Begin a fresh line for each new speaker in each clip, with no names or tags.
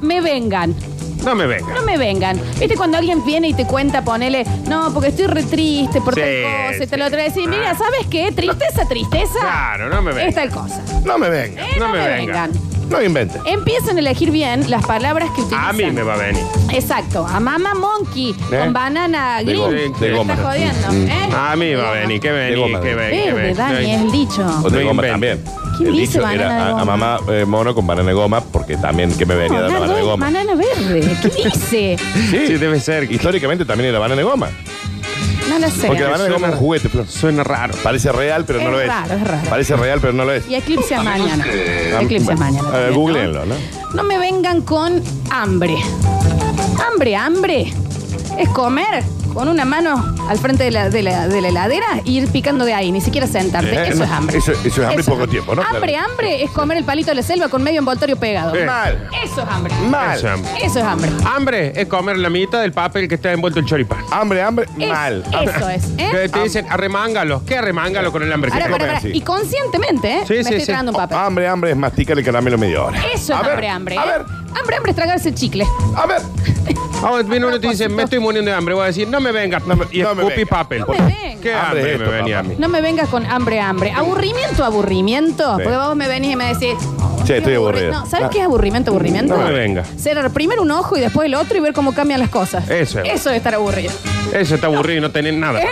me vengan.
No me venga.
No me vengan. ¿Viste cuando alguien viene y te cuenta, ponele, no, porque estoy re triste por
Sí,
tal cosa, y te
sí.
lo otra vez, y mira,
Ah.
¿sabes qué? Tristeza, tristeza.
Claro, no me vengan.
Es tal cosa.
No me venga.
Eh, no, me vengan.
No invente.
Empiecen a elegir bien las palabras que utilizan.
A mí me va a venir.
Exacto. A Mama Monkey
¿Eh?
con banana
De
green.
goma,
de Mm.
Me
goma.
Está jodiendo. ¿eh?
A mí va a venir, que
De
venir,
goma,
que
de-
venir. que
Verde,
venir.
Dani, es el dicho.
O de
No
goma
invente.
también.
¿Quién
El
dice
dicho
banana
era
de
a, a
goma?
mamá eh, mono con banana de goma, porque también que me venía
No,
dando banana de
Nardo,
goma.
banana verde. ¿Qué dice?
Sí, debe ser.
Históricamente también era banana de goma.
No lo sé.
Porque la banana de
Suena-
goma es un juguete, Flor.
Suena raro.
Parece real, pero no
Es
lo es.
raro, es raro.
Parece real, pero no lo es.
Y eclipse a mañana.
Ah,
Eclipse a
bueno.
mañana.
Eh,
también, ¿no?
googleenlo, ¿no?
No me vengan con hambre. Hambre, hambre. Es comer con una mano al frente de la, de la- de la heladera e ir picando de ahí, ni siquiera sentarte.
Eh,
eso
no,
es hambre.
eso- eso es hambre y poco tiempo, ¿no?
Hambre,
Claro.
hambre es comer el palito de la selva con medio envoltorio pegado.
Eh.
Mal.
Eso es hambre.
Mal.
Eso es hambre.
Eso es hambre.
Hambre es comer la mitad del papel que está envuelto el choripán.
Hambre, hambre,
Es-
mal.
Eso es.
Que
¿eh?
Te dicen, arremángalo. ¿Qué arremángalo con el hambre? que
Ahora,
te
para,
comes?
para.
así.
Y conscientemente, ¿eh?
Sí,
me
sí,
estoy
sí.
tragando un papel.
Hambre, hambre es masticar el caramelo media hora.
Eso
A
es
ver,
hambre, hambre.
A
¿eh?
ver,
Hambre, hambre es tragarse el chicle.
a ver.
Ahora viene uno y te dice, me estoy muriendo de hambre. Voy a decir, no me vengas.
No me-
y
no me
escupí
venga.
papel.
No me venga.
¿Qué
Hambre
hambre,
es esto,
me venía a
papá.
mí?
No me vengas con hambre, hambre. Aburrimiento, aburrimiento.
Sí.
Porque vos me venís y me decís. oh,
Sí,
qué
estoy aburrido.
No, ¿sabes
Ah.
qué es aburrimiento, aburrimiento?
No me venga.
Cerrar primero un ojo y después el otro y ver cómo cambian las cosas.
Eso es.
Eso de estar aburrido.
Eso está aburrido y no tenés nada.
¿Eh?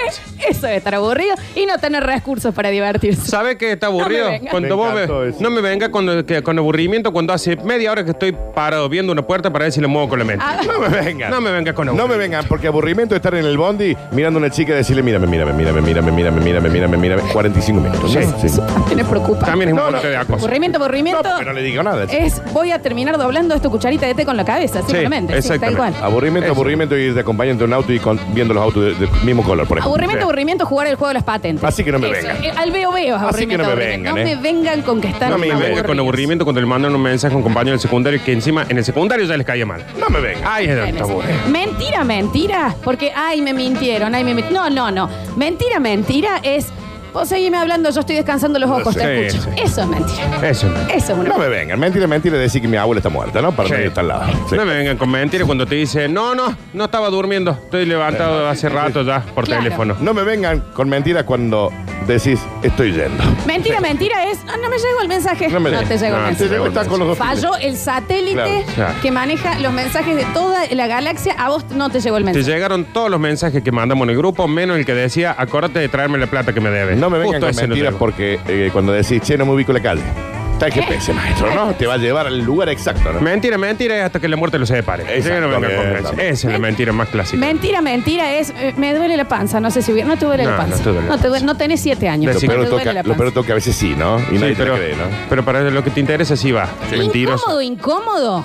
Eso de estar aburrido y no tener recursos para divertirse.
¿Sabes qué está aburrido?
No me venga.
cuando
Me
vos
encantó
me-
eso.
no me venga cuando- que- con aburrimiento cuando hace media hora que estoy parado viendo una puerta para ver si le muevo con la mente.
Ah,
No me vengan.
No me vengas con
No me
aburrimiento.
vengan, porque aburrimiento es estar en el bondi mirando a una chica y decirle, mírame, mírame, mírame, mírame, mírame, mírame, mírame, mírame. 45 minutos. ¿no?
Sí.
Sí.
también es preocupante.
También es un
No,
momento
no.
de acoso.
Aburrimiento,
No,
aburrimiento.
porque no le digo nada. chico.
Es voy a terminar doblando esto cucharita de té con la cabeza, simplemente. Sí,
exactamente.
tal cual.
Aburrimiento,
Eso.
aburrimiento y ir de acompañante a un auto y con- viendo los autos del mismo color, por ejemplo.
Aburrimiento,
Sí.
aburrimiento jugar el juego de las patentes.
Así que no me
Eso,
vengan.
eh, Al veo veo, es aburrimiento.
Así que no me
aburrimiento.
vengan, eh.
No me vengan con que están
No me
Me venga con
aburridos.
aburrimiento cuando le mandan un mensaje a un compañero del secundario que encima en el secundario ya les caía mal.
No me vengan.
Ay, es está aburrido.
Mentira, mentira. Porque, ay, me mintieron, ay, me mintieron. No, no, no. Mentira, mentira es. Vos seguime hablando, yo estoy descansando los ojos,
Sí,
te escucho.
sí.
Eso es mentira.
Eso no.
Eso es una.
No me vengan. Mentira, mentira decir que mi abuela está muerta, ¿no? Para
Sí.
mí está al lado. Sí.
No me vengan con mentiras cuando te dicen, no, no, no estaba durmiendo, estoy levantado hace rato ya por
Claro.
teléfono.
No me vengan con mentiras cuando decís estoy yendo.
mentira, mentira es. "Ah, no me llegó el mensaje. No,
No me
te
llegó.
llegó
No,
el
te
mensaje.
llegó.
Está con los dos
Falló el satélite
Claro,
claro.
que maneja los mensajes de toda la galaxia. A vos no te llegó el
Te
mensaje.
llegaron todos los mensajes que mandamos en el grupo, menos el que decía, acordate de traerme la plata que me debes.
No me vengan
Justo
con
ese no
mentiras
llegó.
porque eh, cuando decís, che, no me ubico en la calle. Está el GPS, maestro, ¿no? Te va a llevar al lugar exacto, ¿no?
Mentira, mentira es hasta que la muerte los separe. Así que no vengan con
Exactamente.
mentiras. Esa es la mentira más clásica.
Mentira, mentira es. eh, me duele la panza. No sé si hubiera. No te duele
No,
la
no
panza.
te duele la
No, te duele- no tenés siete años.
Lo
Sí,
No te
peor,
duele la
toca, lo
panza.
peor toca a veces sí, ¿no? Y
Sí,
nadie te
pero,
la cree, ¿no?
pero para lo que te interesa sí va. Mentiroso.
Incómodo, incómodo.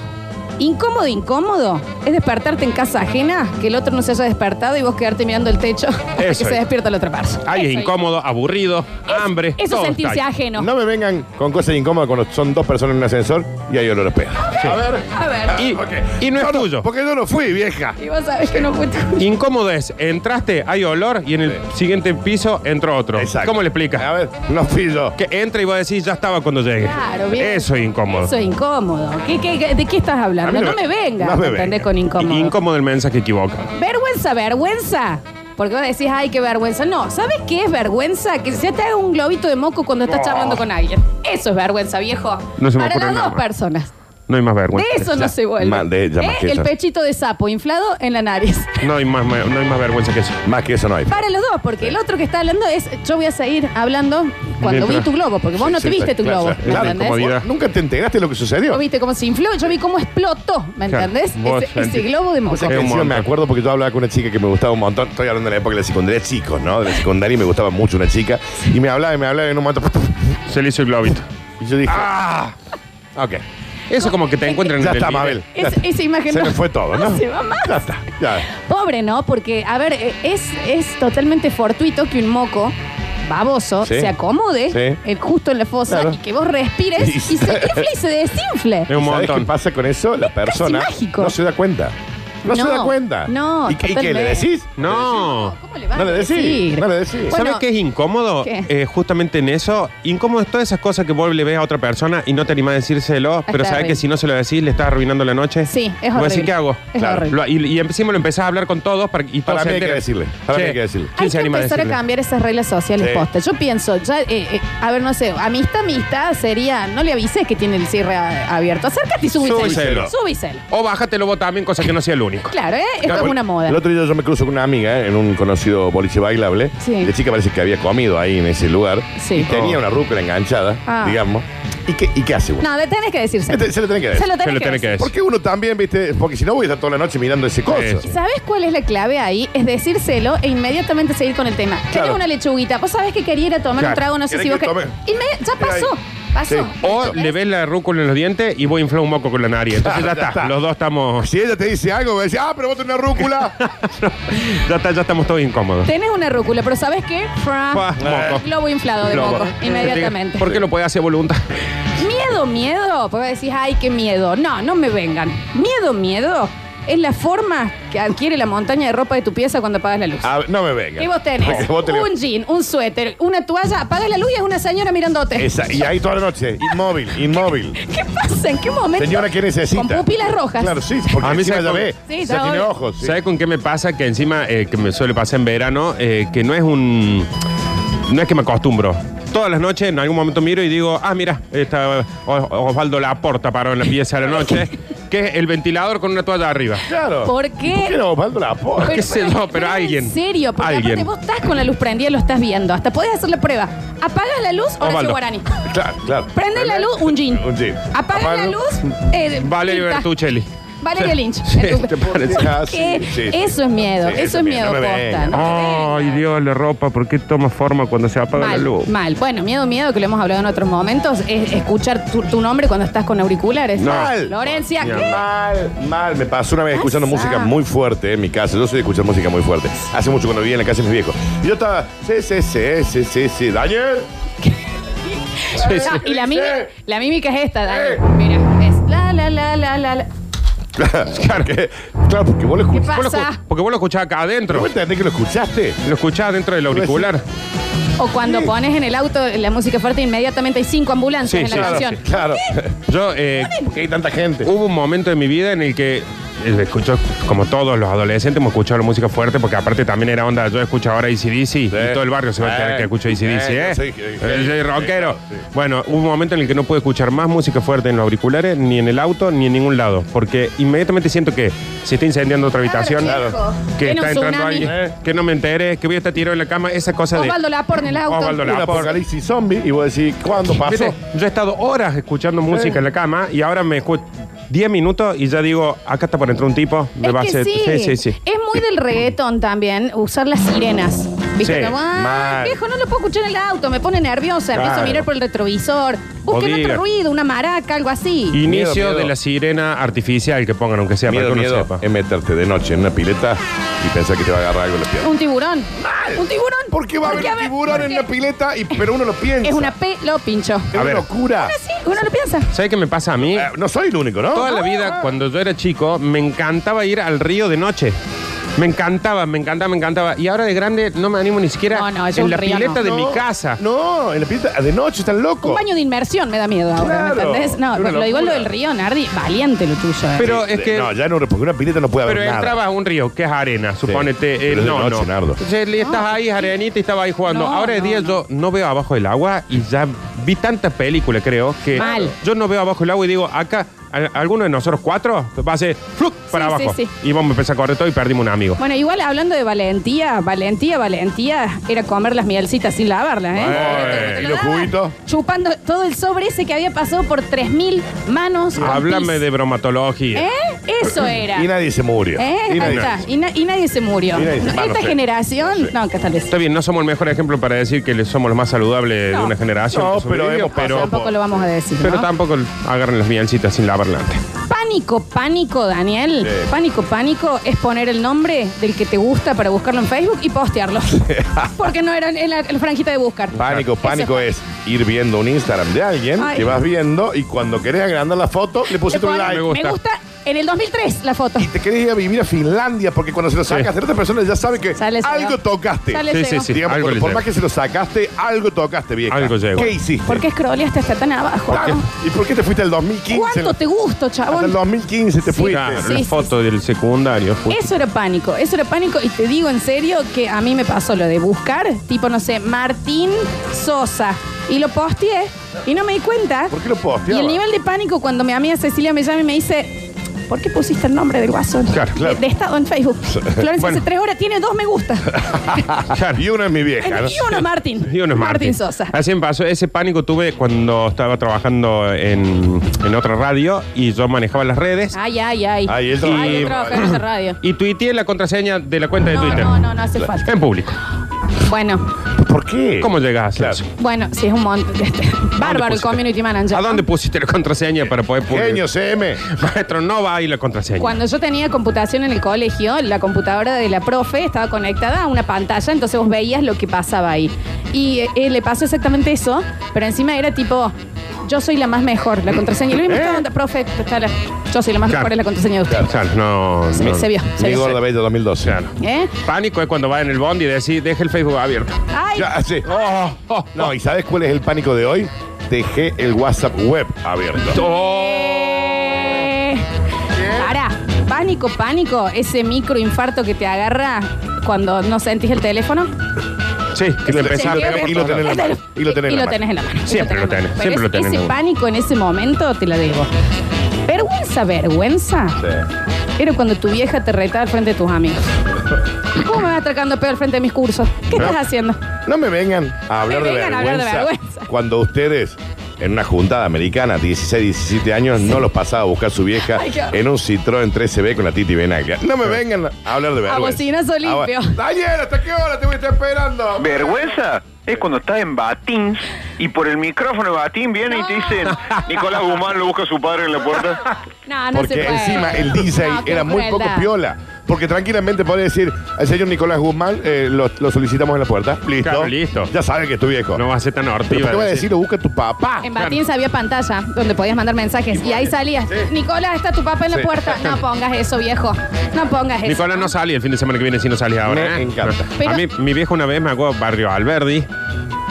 Incómodo, incómodo. Es despertarte en casa ajena, que el otro no se haya despertado y vos quedarte mirando el techo hasta que
Eso
se
es.
despierta la otra parte.
Ay, es
Eso,
incómodo, aburrido, hambre.
Eso es
todo
sentirse
está ahí.
ajeno.
No me vengan con cosas incómodas cuando son dos personas en un ascensor y hay olor a pedo. A ver.
A ver.
Y,
Ah, Ok.
y no es tuyo.
Porque yo no fui, vieja.
Y vos sabés que no fue tu-
Incómodo es, entraste, hay olor y en el siguiente piso entró otro. ¿Cómo le explicas?
A ver, no fui yo.
Que entra y va a decir, ya estaba cuando llegue.
Claro, bien.
Eso es incómodo.
Eso es incómodo. ¿Qué- qué- qué- de qué estás
A
hablando?
mí
No,
no
me
me-
vengas,
no me
¿entendés?
venga.
Con incómodo.
Incómodo el mensaje equivocado.
Vergüenza, vergüenza. Porque vos decís, ay, qué vergüenza. No, ¿sabes qué es vergüenza? Que se te haga un globito de moco cuando estás charlando con alguien. Eso es vergüenza, viejo.
No se me
Para
ocurre
las
nada
dos
más.
personas.
No hay más
De
vergüenza.
eso no
Ya,
se vuelve.
ma- de- ya más
¿Eh?
que
El
eso.
pechito de sapo inflado en la nariz.
No hay más, no hay más vergüenza que eso.
Más que eso no hay.
Para los dos, porque el otro que está hablando es yo voy a seguir hablando cuando vi
Mientras-
tu globo, porque vos no
Sí,
te
sí,
viste tu
claro,
globo.
claro,
¿me
claro,
entendés?
comodidad.
Vos Nunca te enteraste de lo que sucedió.
Vos viste cómo se infló, yo vi cómo explotó, ¿me
Claro,
entendés?
vos
Ese, ese
sentí-
globo de
O
moco.
sea, que
Es un
encima me
montón.
acuerdo porque yo hablaba con una chica que me gustaba un montón. Estoy hablando de la época de la secundaria, chicos, ¿no? De la secundaria y me gustaba mucho una chica. Y me hablaba y me hablaba y en un momento.
Se le hizo el globito.
Y yo dije,
¡Ah!
ok,
Eso como que te encuentran en
ya
el
está,
video.
Mabel. ya
Es-
está.
esa imagen
Se
no-
me fue todo, ¿no?
no se va más.
Ya está, ya.
Pobre, ¿no? Porque, a ver, eh, es, es totalmente fortuito que un moco baboso
Sí.
se acomode
Sí.
eh, justo en la fosa
Claro.
y que vos respires y,
Y-
se infle y se desinfle.
Es un
¿Sabes qué
montón.
pasa con eso? La persona
mágico.
no se da cuenta. No, se
No,
da cuenta.
no,
¿Y, qué- y qué le
totalmente.
decís?
No.
¿Cómo le vas
No
a
le decís,
decir?
no le decís.
Bueno,
¿Sabes qué es incómodo?
¿Qué?
Eh, justamente en eso. Incómodo es todas esas cosas que vos le ves a otra persona y no te animás a decírselo,
Está
pero sabes
horrible.
que si no se lo decís le estás arruinando la noche.
Sí, es
Vos decís,
horrible.
¿qué hago?
Es horrible.
Lo- y, y encima lo empezás a hablar con todos para, y todos
Para
se
mí hay que
enteran.
decirle, para mí hay que decirle.
¿Quién
Hay
se
que
anima a
empezar a,
decirle?
cambiar esas reglas sociales
Sí.
posta. Yo pienso, ya, eh, eh, a ver, no sé, amistad, amistad sería, no le avises que tiene el cierre a- abierto. Acércate y
Súbiselo.
súbiselo. Súbiselo.
O bájatelo vos también, cosa que no sea el único.
Claro, ¿eh? Esto
Claro,
es una moda.
El otro día yo me cruzo con una amiga eh, en un conocido boliche bailable.
Sí.
Y La chica parece que había comido ahí en ese lugar.
Sí.
Y tenía
Oh.
una rúcula enganchada,
Ah.
digamos. ¿Y qué, ¿Y qué hace uno?
No, le tenés que decir
Este Se te- se lo tenés que decir.
Se lo
Se
tenés
lo
que
tenés que
decir.
decir.
Porque uno también, viste, porque si no voy a estar toda la noche mirando ese coso.
sí.
¿Sabes cuál es la clave ahí? Es decírselo e inmediatamente seguir con el tema.
Claro.
Quería una lechuguita. Vos sabés que quería ir a tomar
Claro.
un trago, no sé
¿Querés
si vos
que
quer-
tome?
Inmedi- Ya
Mira ahí.
pasó. Pasó.
Sí.
O le ves la rúcula en los dientes y voy a inflar un moco con la nariz. Entonces
Claro,
ya,
ya
está.
está.
Los dos estamos.
Si ella te dice algo, me dice, ah, pero vos tenés una rúcula.
Ya, está, ya estamos todos incómodos.
Tenés una rúcula, pero ¿sabes qué? Fra-
Fa, Ah, moco.
Globo inflado de
Globo. Este
moco, inmediatamente.
¿Por qué lo podés hacer a voluntad?
Miedo, miedo. Porque decís, ay, qué miedo. No, no me vengan. Miedo, miedo es la forma que adquiere la montaña de ropa de tu pieza cuando apagas la luz.
A ver, no me venga.
Y vos tenés
Porque Ah, vos tenés-
un jean, un suéter, una toalla, apagas la luz y es una señora mirándote.
Esa- y ahí toda la noche, inmóvil, inmóvil.
¿Qué pasa? ¿En qué momento?
Señora, ¿qué necesita?
Con pupilas rojas.
Claro, sí, porque
A mí
encima
sabe
ya
cómo-
ve.
Sí,
ya
ya
tiene
voy.
ojos. sí.
¿Sabes con qué me pasa? Que encima, eh, que me suele pasar en verano, eh, que no es un. No es que me acostumbro. Todas las noches en algún momento miro y digo, ah, mira, está O- Osvaldo Laporta paró en la pieza de la noche, que es el ventilador con una toalla arriba.
Claro.
¿Por qué?
¿Por qué no, Osvaldo la porra?
Qué sé yo, pero alguien.
En serio, porque
Alguien.
aparte vos estás con la luz prendida y lo estás viendo. Hasta podés hacer la prueba. Apagas la luz, Horacio
Osvaldo.
Guarani.
Ah, Claro, claro.
Prende la luz, un jean.
Un jean.
Apagas
Apaga-
la luz, eh,
Valerio
pinta.
Bertuccelli.
Valeria Lynch.
Sí,
En tu-
te parece.
Ah, sí,
¿Qué?
sí, sí.
Eso es miedo,
Sí,
eso es miedo,
no me
posta,
venga.
¿no?
Ay, Dios, la ropa, ¿por qué toma forma cuando se apaga la
Mal,
luz?
mal. Bueno, miedo, miedo, que lo hemos hablado en otros momentos, es escuchar tu, tu nombre cuando estás con auriculares.
No.
Mal. Lorencia,
Ni
¿qué?
Mal, mal. Me
Ah,
pasó una vez escuchando
Pasa.
música muy fuerte en mi casa. Yo soy de escuchar música muy fuerte. Hace mucho cuando vivía en la casa de mis viejos. Y yo estaba, sí, sí, sí, sí, sí, sí. Daniel,
Sí, sí.
No, y la mímica,
Sí.
la mímica es esta, Dani.
Eh.
Mira, es la, la, la, la, la, la.
Claro, que- claro, porque vos lo
¿Qué
escuchaste.
Vos lo escu-
pasa?
porque vos lo escuchás acá adentro.
¿Vos entendés que lo escuchaste?
Lo escuchás dentro del auricular.
O cuando pones en el auto la música fuerte, inmediatamente hay cinco ambulancias
Sí,
en la
sí,
Claro,
canción.
claro.
Yo, eh,
Porque hay tanta gente.
hubo un momento en mi vida en el que eh, escucho, como todos los adolescentes, hemos escuchado la música fuerte, porque aparte también era onda, yo escucho ahora ACDC y todo el barrio se va a enterar
Eh,
que escucho ACDC,
eh,
¿eh?
yo soy- eh,
Eh, soy
eh,
rockero.
eh, sí.
Bueno, hubo un momento en el que no pude escuchar más música fuerte en los auriculares, ni en el auto, ni en ningún lado, porque inmediatamente siento que se está incendiando otra habitación,
Claro,
claro.
chico.
que
Viene un
está entrando
tsunami.
alguien,
Eh.
que no me enteré, que voy a estar tirado en la cama, esa cosa de...
Osvaldo la pone en el auto.
Osvaldo
Un
la por-
apocalipsis zombie y vos decís, ¿cuándo pasó?
Viste, Yo he estado horas escuchando música en la cama y ahora me escucho 10 minutos y ya digo, acá está por entrar un tipo de
Es que
base.
sí.
sí, sí.
Es muy del reggaetón también usar las sirenas. ¿Viste?
Sí,
Como, "Ay,
mal.
viejo, no lo puedo escuchar en el auto, me pone nerviosa, empiezo
Claro.
a mirar por el retrovisor. Busquen
Obliga.
otro ruido, una maraca, algo así.
Inicio
Miedo, miedo.
de la sirena artificial que pongan, aunque sea
Miedo,
para que uno
miedo
sepa.
es meterte de noche en una pileta y pensar que te va a agarrar algo en la pierna.
Un tiburón. Un tiburón.
¿Por qué va a haber un
ver-
tiburón en
porque
la pileta? Y, pero uno lo piensa.
Es una P, lo pincho.
Es una
A ver.
locura.
Sí, uno lo piensa.
¿Sabes qué me pasa a mí?
Eh, no soy el único, ¿no? Ah,
Toda la vida, cuando yo era chico, me encantaba ir al río de noche. Me encantaba, me encantaba, me encantaba. Y ahora de grande no me animo ni siquiera
No, no, yo
en
un
la
río
pileta
no.
de
No,
mi casa.
No, en la pileta de noche, están locos.
Un baño de inmersión me da miedo ahora, ¿me
Claro,
entendés? No,
es una
lo digo lo
locura.
del río, Nardi, valiente lo tuyo. eh.
Pero es que.
No, ya no, porque una pileta no puede haber
Pero
nada.
entrabas a un río, que es arena, suponete.
pero
eh,
de
no,
noche,
no.
Nardo.
Entonces, le estás ahí, es arenita, y estaba ahí jugando.
No,
Ahora de
no,
día
no.
yo no veo abajo del agua y ya vi tantas películas, creo, que
Mal.
yo no veo abajo del agua y digo, acá, a- alguno de nosotros cuatro va a hacer fluc para
Sí,
abajo.
sí,
Y vamos a empezar a correr todo y perdimos un amigo.
Bueno, igual hablando de valentía, valentía, valentía, era comer las mielcitas sin lavarlas, ¿eh?
Bueno,
Te
¿y los
daban
juguitos?
Chupando todo el sobre ese que había pasado por 3.000 manos. con
Háblame
pis.
de bromatología.
¿Eh? Eso era.
Y nadie se murió.
¿Eh?
Y
Ahí
nadie-
está. Y, na- y nadie se murió.
Y nadie se-
No,
Ah, no
Esta
sé.
generación, no, que tal vez.
Está bien, no somos el mejor ejemplo para decir que le- somos los más saludables de
No.
una generación.
No,
que sobrevivió,
pero hemos
pero,
tampoco lo vamos a decir.
pero
¿no?
tampoco agarren las mielcitas sin lavarla antes.
Pánico, pánico, Daniel.
Sí.
Pánico, pánico es poner el nombre del que te gusta para buscarlo en Facebook y postearlo. Porque no era en la, en la franjita de buscar.
Pánico,
Eso es
pánico es ir viendo un Instagram de alguien
Ay.
que vas viendo y cuando querés agrandar la foto le pusiste
Le
un
pone,
like.
Me gusta.
Me gusta En el 2003 la foto.
Y te querés ir a vivir a Finlandia porque cuando se lo sacas
Sí.
de otra persona ya sabe que
Sale cero.
algo tocaste.
Sale
Sí,
cero.
sí, sí.
Digamos,
algo
por,
le
por
llega.
más que se lo sacaste, algo tocaste, vieja.
Algo llegó.
¿Qué hiciste?
¿Por qué scrolleaste hasta tan abajo?
¿Por qué- ¿Y por qué te fuiste al 2015?
¿Cuánto te gusto,
Hasta el
chabón?
2015 te
Sí.
fuiste.
Claro,
Sí,
la
sí,
foto del secundario.
Eso era pánico, eso era pánico y te digo en serio que a mí me pasó lo de buscar, tipo, no sé, Martín Sosa. Y lo posteé y no me di cuenta.
¿Por qué lo
Y
posteaba?
el nivel de pánico cuando mi amiga Cecilia me llama y me dice, ¿por qué pusiste el nombre del guasón?
Claro, claro.
De, de estado en Facebook. Florencia hace
Bueno.
tres horas tiene dos me gusta.
Claro.
Y uno es mi vieja. ¿no?
y uno es Martín.
Y uno es Martín.
Sosa.
Así me pasó. Ese pánico tuve cuando estaba trabajando en, en otra radio y yo manejaba las redes.
Ay, ay, ay.
Ay, él trabaja
ay,
en
yo
la
trabajo en esa radio.
Y tuiteé la contraseña de la cuenta de
Ah, No,
Twitter.
no, no, no hace falta.
En público.
Bueno,
¿Por qué?
¿Cómo llegas a hacer
Claro.
eso?
bueno, sí, es un montón. Bárbaro el
pusiste?
community manager.
¿A dónde pusiste la contraseña para poder publicar?
Genio CM.
Maestro, no va ahí la contraseña.
Cuando yo tenía computación en el colegio, la computadora de la profe estaba conectada a una pantalla, entonces vos veías lo que pasaba ahí. Y eh, eh, le pasó exactamente eso, pero encima era tipo, yo soy la más mejor, la contraseña. Y lo mismo estaba onda, profe, pues, está la- yo soy la más
Claro.
mejor, es la contraseña de usted.
Claro, no,
Se,
no.
se vio, se
Mi
vio.
gorda bella 2012.
Claro.
¿Eh?
Pánico es cuando va en el bondi y decís, deja el Facebook abierto.
Ay,
Ya, sí.
Oh, oh,
No, ¿y sabes cuál es el pánico de hoy? Dejé el WhatsApp web abierto.
Eh, Pará, pánico, pánico, ese microinfarto que te agarra cuando no sentís el teléfono.
Sí, que
Y
te
lo-
empezás a
Sí,
pegar por
y lo
todos
tenés en la
lados.
mano. Y lo tenés en la mano.
en la mano. Y
Siempre lo
en la
tenés,
mano. Pero
siempre lo
ese-
tenés en la
Ese
mano.
pánico en ese momento te la debo. Vergüenza, vergüenza.
Sí.
Era cuando tu vieja te retaba al frente de tus amigos. ¿Cómo me vas atracando peor al frente de mis cursos? ¿Qué
No.
estás haciendo?
No me vengan a hablar,
Me
de,
vengan a
vergüenza
hablar de vergüenza.
Cuando ustedes, en una juntada americana, 16, 17 años, no los pasaba a buscar su vieja
Ay, qué horror.
en un Citroën 13B con la Titi Benaglia. No me vengan a hablar de vergüenza.
bocinazo limpio.
Ah, bueno. Daniel, ¿hasta qué hora te voy a estar esperando?
Vergüenza es cuando estás en Batín y por el micrófono de Batín viene y te dicen, Nicolás Guzmán lo busca a su padre en la puerta.
Ah, No, no se
Porque
puede.
encima el DJ
No, qué
era muy poco
crueldad.
piola. Porque tranquilamente podría decir, al señor Nicolás Guzmán eh, lo, lo solicitamos en la puerta. Listo.
Claro, listo.
Ya sabe que es tu viejo.
No va a ser tan
Pero
hortiva.
te voy a decir, lo busca tu papá.
En Batín había pantalla donde podías mandar mensajes y ahí salías. Nicolás, está tu papá en la
Sí.
puerta. No pongas eso, viejo. No pongas eso.
Nicolás no sale el fin de semana que viene si no sale ahora.
Me
¿eh?
encanta.
No.
Pero-
A mí, mi viejo una vez me acuerdo barrio Alberdi,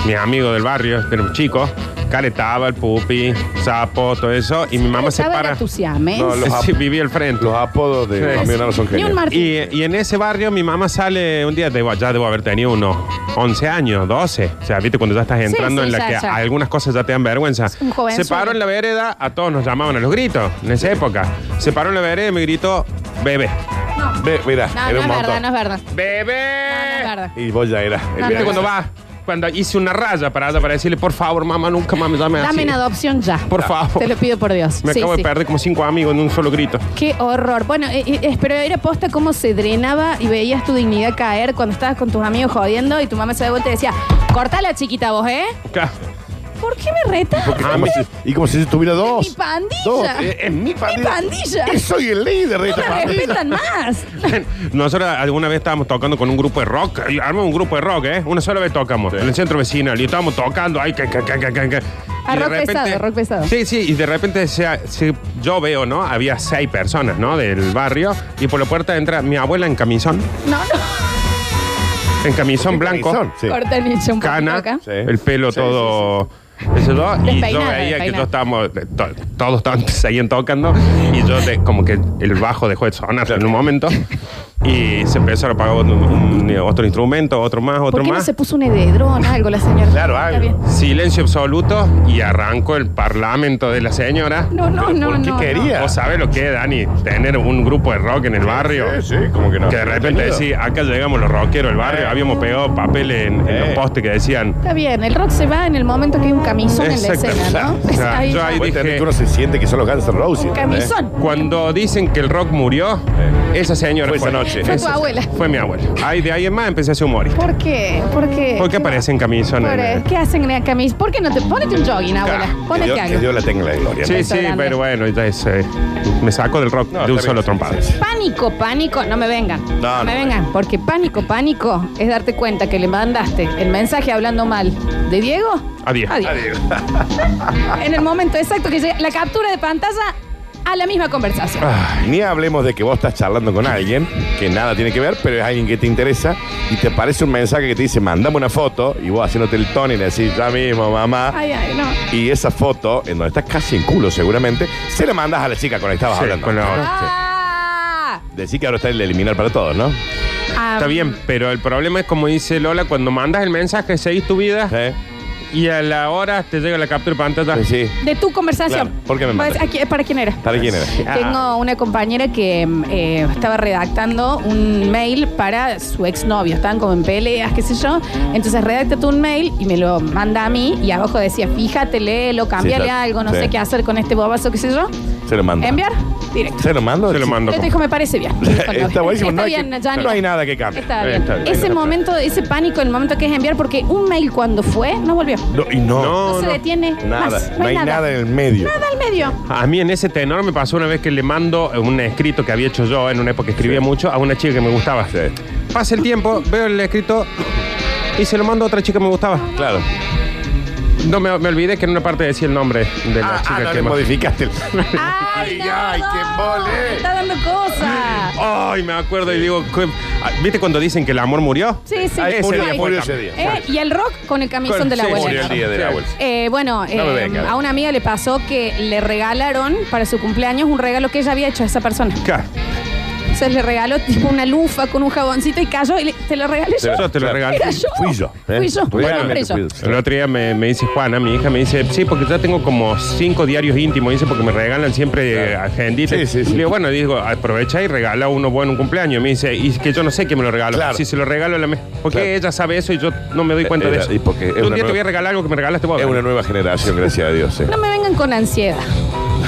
mi amigo del barrio, tenemos chicos, caretaba el pupi, sapo, todo eso, y mi mamá se
Estaba
para.
la tu siamés.
No, los
Sí,
ap-
vivía al frente.
Los apodos de
Sí.
los amigos no son
Ni un
genios.
Martín.
Y, y en ese barrio mi mamá sale un día, debo- ya debo haber tenido unos 11 años, 12. O sea, viste, cuando ya estás entrando
sí,
en la
ya,
que
ya.
algunas cosas ya te dan vergüenza.
un jovenzuelo.
Se paró en la vereda, a todos nos llamaban a los gritos, en esa época. Se paró en la vereda y me gritó, bebé.
No,
Ve, mira,
no,
era
no
un
es verdad,
montón.
no es verdad. No, no es
¡Bebé!
verdad.
Y vos ya eras.
No,
el
no,
¿Viste
no.
verga.
cuando va? Cuando hice una raya para allá para decirle, por favor, mamá, nunca más me llame así.
Dame en adopción ya.
Ah, Por favor.
Te lo pido por Dios.
Me
Sí,
acabo
sí.
de perder como cinco amigos en un solo grito.
Qué horror. Bueno, eh, eh, eh, pero era posta cómo se drenaba y veías tu dignidad caer cuando estabas con tus amigos jodiendo y tu mamá se da vuelta y decía, cortala chiquita vos, ¿eh?
Claro.
¿Por qué me retas?
Porque como si- y como si tuviera dos.
mi pandilla.
Dos. eh, Es mi pandilla.
pandilla.
Y soy el líder de
No
esta
me
pandilla.
respetan más.
Nosotros alguna vez estábamos tocando con un grupo de rock. y Armamos un grupo de rock, ¿eh? Una sola vez tocamos. En el centro vecinal. Y estábamos tocando. Ay, que, que, que, que, que, que.
Ah,
Y de
rock pesado, rock pesado.
Sí, sí. Y de repente se- se- yo veo, ¿no? Había seis personas, ¿no? Del barrio. Y por la puerta entra mi abuela en camisón.
No, no.
En camisón blanco.
Camisón, sí.
Corta el nicho un poquito
Cana.
acá.
Sí.
El pelo
Sí,
todo... Eso todo, y yo
Despeinada,
veía que
despeinada.
todos estábamos, to- todos estaban, seguían tocando, y yo de- como que el bajo dejó de sonar en un momento, y se empezaron a apagar un- un- eh, otro instrumento, otro más, otro
¿Por qué
más.
no se puso un edredón algo la señora?
Claro,
Está
algo.
bien.
Silencio absoluto y arrancó el parlamento de la señora.
No, no, no,
¿Por qué
no.
quería?
Vos sabés lo que es, Dani, tener un grupo de rock en el barrio.
Sí, sí, como que no.
Que de repente decís, acá llegamos los rockeros del barrio,
Eh.
habíamos pegado papeles en, en los
Eh.
postes que decían.
Está bien, el rock se va en el momento que hay un camisón en la
Exacto.
escena, ¿no?
O sea,
Ahí
yo
va.
ahí
Puede tener
dije-
que uno se siente que son los Guns N' Roses.
Un
¿entendés?
camisón.
Cuando dicen que el rock murió, esa señora
Fue esa noche.
Fue tu
Esa-
abuela.
Fue mi abuela. Ahí de ahí en más empecé a ser humorista.
¿Por qué? ¿Por qué?
¿Por qué aparecen camisones?
Pobre, ¿Qué hacen en la camisa? ¿Por qué no te ponete un jogging, abuela?
Que
Ponete
Dios, que
algo.
Dios la tenga en la gloria.
Sí,
¿no?
Beso
sí,
grande.
pero bueno, ya es, eh, me saco del rock
No,
de un
está
solo
bien.
trompado.
Sí, sí, sí.
Pánico, pánico, no me vengan. No,
no
me
me
vengan, porque pánico, pánico es darte cuenta que le mandaste el mensaje hablando mal de Diego.
A Diego.
En el momento exacto que llega la captura de pantalla, a la misma conversación.
Ah, ni hablemos de que vos estás charlando con alguien que nada tiene que ver, pero es alguien que te interesa y te aparece un mensaje que te dice, mandame una foto y vos haciéndote el tono y le decís, ya mismo, mamá.
Ay, ay, no.
Y esa foto, en donde estás casi en culo seguramente, se la mandas a la chica con la que estabas
Sí,
hablando.
con la otra.
Ah.
Decís que ahora está el eliminar para todos, ¿no?
Ah,
Está bien, pero el problema es como dice Lola, cuando mandas el mensaje, seguís tu vida
Ah.
¿Eh?
y a la hora te llega la captura de pantalla.
Sí, sí.
De tu conversación.
Claro, ¿por qué me
Pues,
mandas?
¿a qui- ¿Para quién era?
¿Para quién era?
Tengo una compañera que mm, eh, estaba redactando un mail para su exnovio. Estaban como en peleas, qué sé yo. Entonces redacta tú un mail y me lo manda a mí. Y abajo decía, fíjate, léelo, cámbiale
claro.
algo, no
Sí.
sé qué hacer con este bobazo, qué sé yo.
Se lo mando.
Enviar directo.
Se lo mando.
Se lo mando.
Yo te dijo, me parece bien. Me dijo el novio.
Está buenísimo.
Está
no, hay
bien,
que-
Yanni.
no hay nada que cambie.
Está bien.
Está bien.
Ese momento, ese pánico, el momento que es enviar, porque un mail cuando fue, no volvió.
No, y no.
No,
No, se
no.
detiene.
nada.
más.
no hay nada. en el medio.
Nada al medio.
A mí en ese tenor me pasó una vez que le mando un escrito que había hecho yo en una época que escribía
Sí.
mucho a una chica que me gustaba.
Sí.
Pasa el tiempo, veo el escrito y se lo mando a otra chica que me gustaba.
Claro.
No me, me olvidé que en una parte decía el nombre de la
Ah,
chica
ah, no,
que
le
me...
modificaste. el-
¡Ay,
Ay, ay, qué mole.
Me Está dando cosas.
Ay, me acuerdo y digo, ¿qué- ah, ¿viste cuando dicen que el amor murió?
Sí, sí.
Ese
murió,
día fue
murió
el
ese
cambio.
día.
Eh, y el rock con el camisón
Con-
de la
sí,
Murió el
abuela.
día de la
Sí.
abuela.
Eh, bueno,
No me
eh,
venga.
a una amiga le pasó que le regalaron para su cumpleaños un regalo que ella había hecho a esa persona.
Claro,
Entonces le regaló tipo una lufa con un jaboncito y cayó y le- te lo regalé yo.
yo te lo
Claro.
regalé.
Era yo.
Fui yo, ¿eh?
Fui yo.
Fui
Bueno,
realmente
fui yo.
fui yo.
El otro día me, me dice Juana, mi hija, me dice, sí, porque ya tengo como cinco diarios íntimos, dice, porque me regalan siempre eh,
Claro.
agenditas.
Sí, sí, sí.
Y le digo, bueno, digo, aprovecha y regala uno bueno un cumpleaños. Me dice, y es que yo no sé quién me lo regaló.
Claro.
Si se lo regalo, la me... porque
Claro.
ella sabe eso y yo no me doy cuenta de
Era-
eso.
y porque es
Yo un
una
día te voy a
nueva-
regalar algo que me regalaste vos.
Es una nueva generación, gracias a Dios. eh. sí.
No me vengan con ansiedad.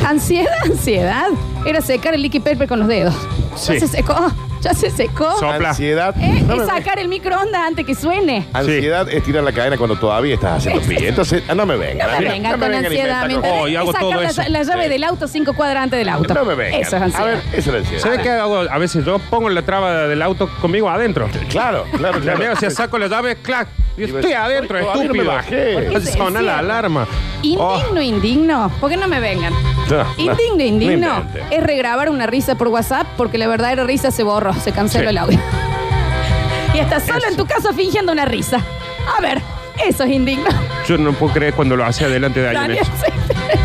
Ansiedad, ansiedad. Era secar el liqui paper con los dedos.
Sí.
Ya se secó. Ya se secó.
So- Sopla.
Ansiedad.
Eh,
No
es
me-
sacar el microondas antes que suene.
Ansiedad es tirar la cadena cuando todavía estás haciendo pie. Entonces, ah, no me venga.
No me
mira,
vengan con
vengan a
ansiedad.
inventar
¿me
cosas.
entendés?
Oh, y hago
Es sacar
todo
la-
eso.
La, llave
Sí.
del auto cinco cuadras antes del auto.
No me venga.
Eso es ansiedad.
A ver, eso es ansiedad.
¿Sabes qué hago? A veces yo pongo la traba del auto conmigo adentro.
Claro, claro,
La mía,
claro.
o sea, saco la llave, clac. y
Y
Estoy
ves,
adentro,
"Ay, todavía no me
estúpido.
bajé". ¿Por
qué se
Sona la
encierra?
alarma. Oh.
Indigno, indigno. ¿Por qué no me vengan?
No,
Indigno,
no. No
indigno.
inventes.
Es regrabar una risa por WhatsApp porque la verdadera risa se borró, se canceló
Sí.
el audio. y estás solo en tu casa fingiendo una risa. A ver, eso es indigno.
Yo no puedo creer cuando lo hace delante de alguien.
Daniel, sí.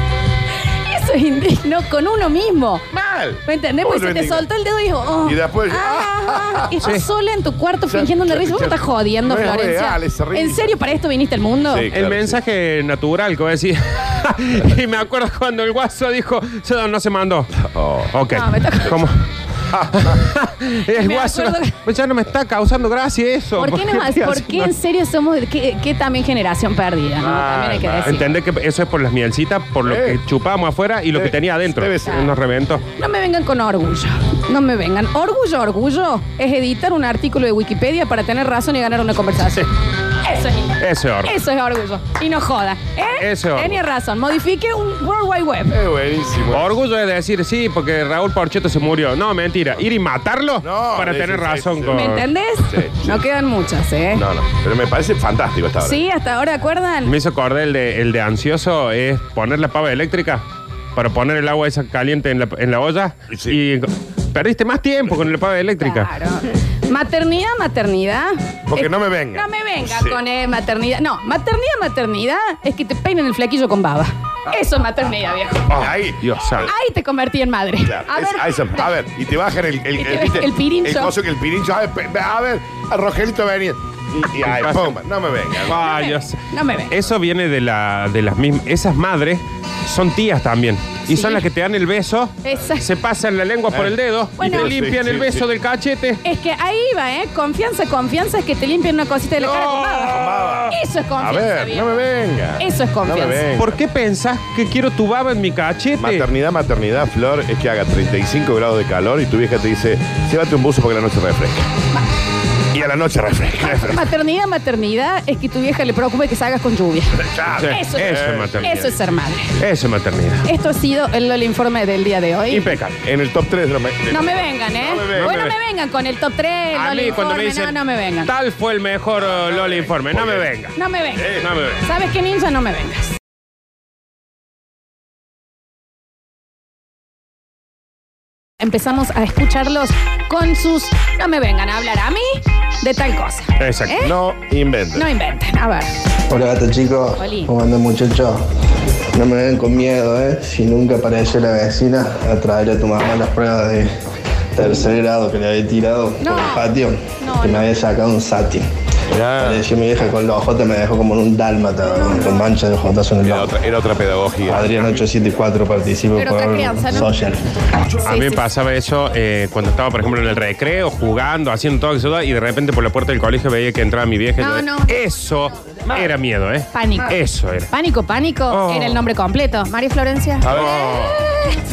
Eso es indigno con uno mismo.
Mal.
¿Me entendés?
¿Cómo
Porque
no
se te
indigno?
soltó el dedo y dijo, oh,
Y después-
ah, ah, estás
Sí.
sola en tu cuarto
Ya,
fingiendo una
ya,
risa. Vos me
ya.
estás jodiendo,
No es
Florencia.
real esa risa.
¿En serio para esto viniste al mundo?
Sí.
El
Claro,
mensaje natural, como decía. y me acuerdo cuando el guaso dijo, "Se- no se mandó.
Oh.
Ok.
No, me tocó.
¿Cómo? el
Me
guaso
acuerdo que-
pues ya no me está causando gracia eso.
¿Por qué, no,
estoy
¿por qué en
haciendo-
serio somos qué, qué también generación perdida? ¿no?
Mal,
también hay que
Ah, mal.
decir.
Entender Ah, que eso es por las mielcitas, por lo
Eh.
que chupábamos afuera y lo que
Eh,
tenía adentro.
debe ser.
Unos reventos.
No me vengan con orgullo. No me vengan. Orgullo, orgullo es editar un artículo de Wikipedia para tener razón y ganar una conversación. Eso es indigno.
Ese oro.
Eso es orgullo. Y no joda. ¿eh?
Eso es orgullo.
Tenía razón. Modifique un World Wide Web.
Es buenísimo.
Orgullo es decir, sí, porque Raúl Porcheto se murió. No, mentira. Ir y matarlo
No,
para
sí,
tener
sí,
razón
sí, sí.
con.
¿Me entendés?
Ah, Sí, sí.
No quedan muchas, ¿eh?
No, no. Pero me parece fantástico esta hora.
Sí, hasta ahora acuerdan.
Me hizo acordar el de, el de ansioso es poner la pava eléctrica para poner el agua esa caliente en la, en la olla
Sí.
y perdiste más tiempo con la pava eléctrica.
Claro. Maternidad, maternidad.
Porque
Es-
no me venga.
No me venga
Sí.
con eh, maternidad. No, maternidad, maternidad es que te peinen el flaquillo con baba. Eso es maternidad, viejo.
Ah, Ahí.
Dios santo.
Ahí te convertí en madre.
Claro,
A
es-
ver,
ahí se- a ver, y te bajan el, el,
Y te bajan el pirincho.
El coso que el pirincho. A ver, pe- a ver, a Rogelito venía. Y, y ay, pum, no me venga.
Ah,
no me-
Dios.
no me venga.
Eso viene de, la, de las mismas. Esas madres son tías también. Y
Sí.
son las que te dan el beso,
Exacto.
se pasan la lengua por el dedo
Bueno.
y te limpian
Eh. Sí, sí,
el beso
sí.
del cachete.
es que ahí va, ¿eh? Confianza, confianza es que te limpien una cosita de la cara con baba. Eso es
A
confianza.
ver,
viejo.
no me venga.
Eso es confianza.
No me venga.
¿Por qué pensás que quiero tu baba en mi cachete?
Maternidad, maternidad, Flor, es que haga 35 grados de calor y tu vieja te dice, llévate un buzo porque la noche refresca. Y a la noche refresca. refresca.
Maternidad, maternidad es que tu vieja le preocupe que salgas con lluvia.
Sí,
Eso,
eso
es,
es maternidad.
eso es ser madre.
Eso es maternidad.
Esto ha sido el, el informe del día de hoy.
Impecable.
En el top 3 de los...
No me vengan, ¿eh?
No me vengan.
bueno,
No
me
me
vengan con el top 3,
A
no
mí cuando me dicen,
no, no me vengan.
tal fue el mejor eh, Lola Informe, no me venga.
No me vengan.
Eh,
No me venga.
¿Sabes qué, ninja? No me vengas. empezamos a escucharlos con sus no me vengan a hablar a mí de tal cosa.
Exacto.
¿Eh?
No inventes.
No inventen, a ver.
Hola gata chicos,
Oli.
¿cómo andan muchachos? No me ven con miedo, ¿eh? Si nunca aparece la vecina a traerle a tu mamá las pruebas de tercer grado que le había tirado
No.
por el patio,
No,
que
no.
me había sacado un satín.
Ya.
Pareció mi vieja con los ojotes, me dejó como en un dálmata, con manchas de ojotazo en el
Era
ojo.
otra, era otra pedagogía.
Adrián 874 participo
Pero
por
otra crianza, ¿no?
social.
A
Sí,
mí me
sí,
pasaba eso eh, cucuando estaba, por ejemplo, en el recreo, jugando, haciendo todo eso, y de repente por la puerta del colegio veía que entraba mi vieja. y
No, no.
yo- Eso era miedo, ¿eh?
Pánico.
Eso era.
Pánico, pánico.
Oh. Ah.
Era el nombre completo. María Florencia.
A ver.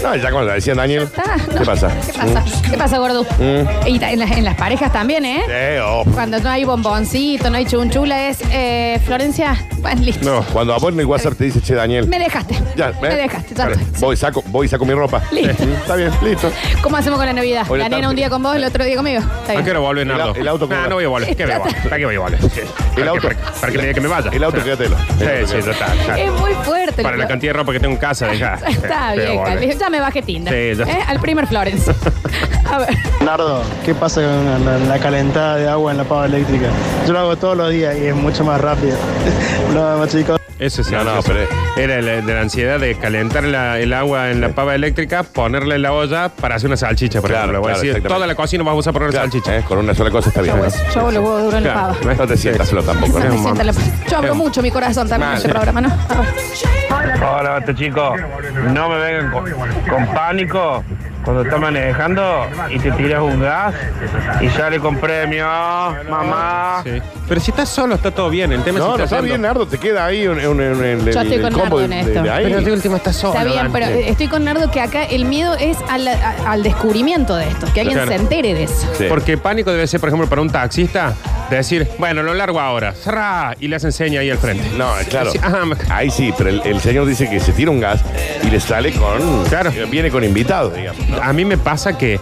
No, ya cuando la decía Daniel.
Está, no.
¿Qué pasa?
¿Qué pasa?
Mm.
¿Qué pasa, gordo? Y ta- en, las, en las parejas también, ¿eh?
Eh, oh.
Cuando no hay bomboncito, no hay chunchula, es eh, Florencia. Bueno, listo.
No, cuando a vos en el WhatsApp te dice, che, Daniel.
Me dejaste.
Ya, ¿eh?
Me dejaste, ya
Vale,
está.
Voy, saco, voy y saco mi ropa.
Listo.
Eh, Está bien, listo.
¿Cómo hacemos con la Navidad?
Hoy
la
la
nena
tarde.
un día con vos, el otro día conmigo. Está
¿A
bien.
qué hora vuelve, Nardo?
el auto, ¿cómo
Nah,
va?
no voy a volver. ¿Qué me voy a volver? ¿Para qué voy a volver?
El auto.
¿Para qué- ¿Para que me diga que me vaya?
El auto, quédatelo.
Sí,
El auto,
sí, ya
quédatelo.
está. ya.
Es muy fuerte.
Para la
Flor.
cantidad de ropa que tengo en casa, deja.
Está
Sí,
bien,
voy a volver.
Cali. Ya me bajé Tinder.
Sí, ya.
¿Eh? Al primer Florence. A ver.
Nardo, ¿qué pasa con la, la- la calentada de agua en la pava eléctrica? Yo lo hago todos los días y es mucho más rápido. no, chicos.
Eso sí.
No, no,
eso sí.
pero-
Era la- de la ansiedad de calentar la- el agua en la pava eléctrica, ponerle la olla para hacer una salchicha, por
Claro,
ejemplo. Voy a
claro,
decir,
exactamente.
toda la cocina vas a usar para una
Claro,
salchicha.
eh, Con una sola cosa está bien.
Yo hago los huevos duros en la
Claro.
pava.
No te sientas solo tampoco.
Esa
¿no?
me sienta la- Yo hablo mucho mi corazón también en
Mal.
este programa, ¿no? A ver.
Hola, basta chicos. No me vengan con, con pánico cuando estás manejando y te tiras un gas y sale con premio, mamá.
Sí. Pero si estás solo, está todo bien. ¿eh? El tema es si
No, no
estás
está
solo.
bien, Nardo. Te queda ahí un, un- un- el-
Yo estoy
el
con
combo
Nardo
de-
en
de-
esto.
de ahí.
Pero el último está solo.
Está bien,
Dani.
pero eh, estoy con Nardo que acá el miedo es al, a- al descubrimiento de esto, que alguien
Claro.
se entere de eso.
Sí.
Porque pánico debe ser, por ejemplo, para un taxista, decir, bueno, lo largo ahora, cerrá, y le hacen seña ahí al frente.
No, claro.
Sí, ajá, me-
Ahí sí, pero el, el señor dice que se tira un gas y le sale con.
Claro.
Viene con invitados, digamos. ¿no?
A mí me pasa que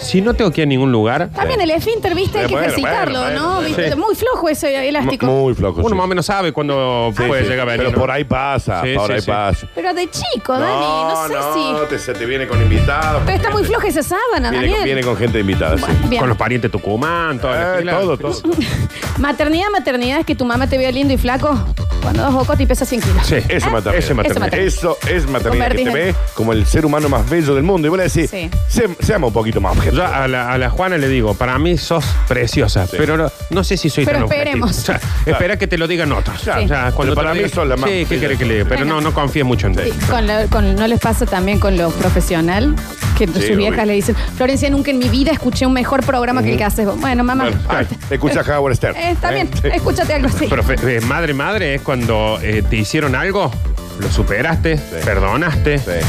si no tengo que ir a ningún lugar,
También el esfínter, viste, hay que
Bueno,
ejercitarlo,
bueno,
¿no?
bueno,
¿Viste?
sí.
Muy flojo ese elástico.
Muy flojo.
uno
sí.
más o menos sabe cuándo
Sí,
puede
sí.
llegar a venir.
Pero
¿no?
por ahí pasa,
Sí,
por
sí,
ahí
sí.
pasa.
Pero de chico, Oh, Dani, no sé si.
te- se te viene con invitados.
Pero está muy floja esa sábana,
Viene, con-
Daniel.
viene con gente invitada, sí.
Bien.
Con los parientes de Tucumán, toda la
Eh,
fila.
todo, todo.
Maternidad, maternidad es que tu mamá te vea lindo y flaco cuando das bocota y pesas 100 kilos.
Sí.
Eso es maternidad.
Eso es maternidad.
Eso es maternidad. Que te
Convertís en-
ve como el ser humano más bello del mundo. Y vos le decís,
Sí.
"Se- seamos un poquito más objetivos.
Yo a la, a la Juana le digo, para mí sos preciosa, pero no, no sé si soy
Pero
tan objetivo.
esperemos.
O sea, Espera que te lo digan otros.
Claro.
O sea, cuando
Pero
te
para
lo
mí
digan-
sos la más
Sí, ¿qué
bella.
querés que le diga? Pero no, no confíes mucho en ti.
Y con la- con- ¿No les pasa también con lo profesional? Que sus
obvio.
viejas le dicen, Florencia, nunca en mi vida escuché un mejor programa que el que haces vos. Bueno, mamá,
Bueno,
ahorita.
ah, escucha a Howard Stern.
Eh, está
Eh,
bien,
sí.
escúchate algo así.
Pero fe- eh, madre, madre, es cuando eh, te hicieron algo, lo superaste, perdonaste,
Sí.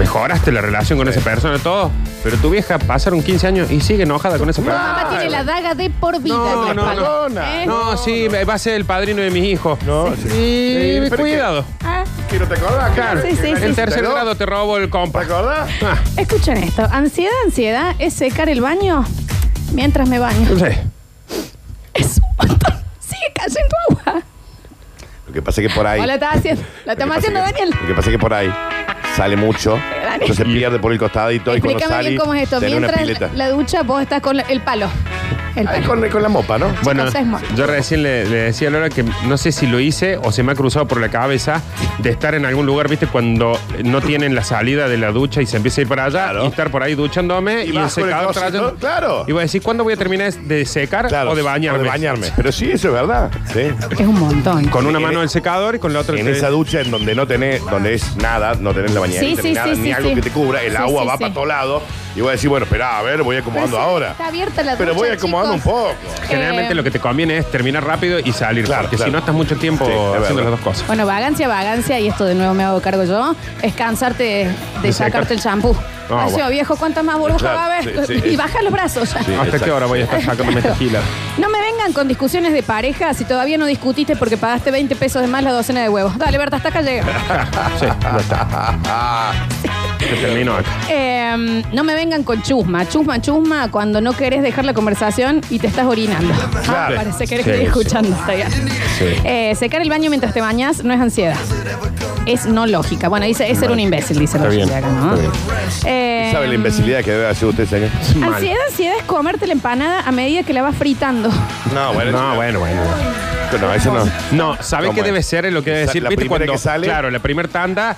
mejoraste la relación con esa persona, todo. Pero tu vieja pasaron 15 años y sigue enojada con esa
Tu
persona.
mamá tiene la daga de por vida.
No,
en la
no,
espalda.
no.
¿Eh?
No, sí, me- va a ser el padrino de mis hijos.
No, sí. Sí,
Y
pero
cuidado.
Ah,
Que no te acordás, claro.
Sí, sí, sí.
En tercer
¿Pero?
grado te robo el
¿Te
compa.
acordás?
Ah,
Escuchen esto. Ansiedad, ansiedad es secar el baño mientras me baño.
no sé.
Es un montón. Sigue cayendo agua.
Lo que pasa es que por ahí.
O la estás haciendo. La
lo que
estamos
pasa
haciendo,
es que-
Daniel.
Lo que pasa es que por ahí sale mucho.
Daniel.
Entonces pierde por el costadito y cuando
Explícame
sale.
bien cómo es esto.
tenés una
Mientras
pileta.
la, la ducha, vos estás con la- el palo. El
Ahí
palo.
con, con la mopa, ¿no?
Bueno,
Chicos, es mo-
yo recién le, le decía a Laura que no sé si lo hice o se me ha cruzado por la cabeza de estar en algún lugar, viste, cuando no tienen la salida de la ducha y se empieza a ir para allá
Claro.
y estar por ahí duchándome
Y
y, el
vas con el
secador
cosito,
trayendo-
claro.
Y voy a decir, ¿cuándo voy a terminar de secar
Claro,
o de bañarme?
o de bañarme. Pero sí, eso es verdad. Sí.
Es un montón.
Con una
En
mano
e-
el secador y con la otra el
En
se-
esa ducha en donde no tenés, donde es nada, no tenés la bañerita
Sí, sí,
ni nada,
sí,
ni
sí,
algo
sí.
que te cubra, el
Sí,
agua
sí,
va
sí.
para todos lados y voy a decir, bueno, espera, a ver, voy acomodando
Pero sí,
ahora.
Está abierta la
Pero
ducha,
voy acomodando
chicos.
un poco.
Generalmente
Eh,
lo que te conviene es terminar rápido y salir,
Claro,
porque
claro.
si no estás mucho tiempo
Sí, es
haciendo
verdad.
las dos cosas.
Bueno, vagancia, vagancia, y esto de nuevo me hago cargo yo, es cansarte de, de
De secar.
sacarte el champú.
Ah,
Nació,
bueno.
viejo, ¿cuántas más burbujas
Claro,
va a haber?
sí, sí,
y
es-
baja los brazos ya.
Sí,
¿Hasta qué
exacto.
hora voy a estar sacándome esta gila?
No me vengan con discusiones de pareja si todavía no discutiste porque pagaste 20 pesos de más la docena de huevos. Dale, Berta, hasta acá llega.
Sí, ya está. Se terminó acá.
Eh, no me vengan con chusma, chusma, chusma, cuando no querés dejar la conversación y te estás orinando. Ah,
Claro.
parece que eres
Sí,
que estoy
sí.
escuchando. está bien. Eh, secar el baño mientras te bañas no es ansiedad. es no lógica. Bueno, dice, es ser un imbécil, dice la
Está bien,
gente acá, ¿no?
está bien.
Eh,
¿Sabe la imbecilidad que debe hacer usted, señor?
Ansiedad, ansiedad es comerte la empanada a medida que la vas fritando.
No, bueno.
No,
eso-
bueno, bueno.
No, eso no.
No, ¿sabés
¿Cómo
qué
es?
debe ser lo que debe
Sa-
decir?
la
¿Viste
primera
cuando
que sale?
Claro, la primera tanda.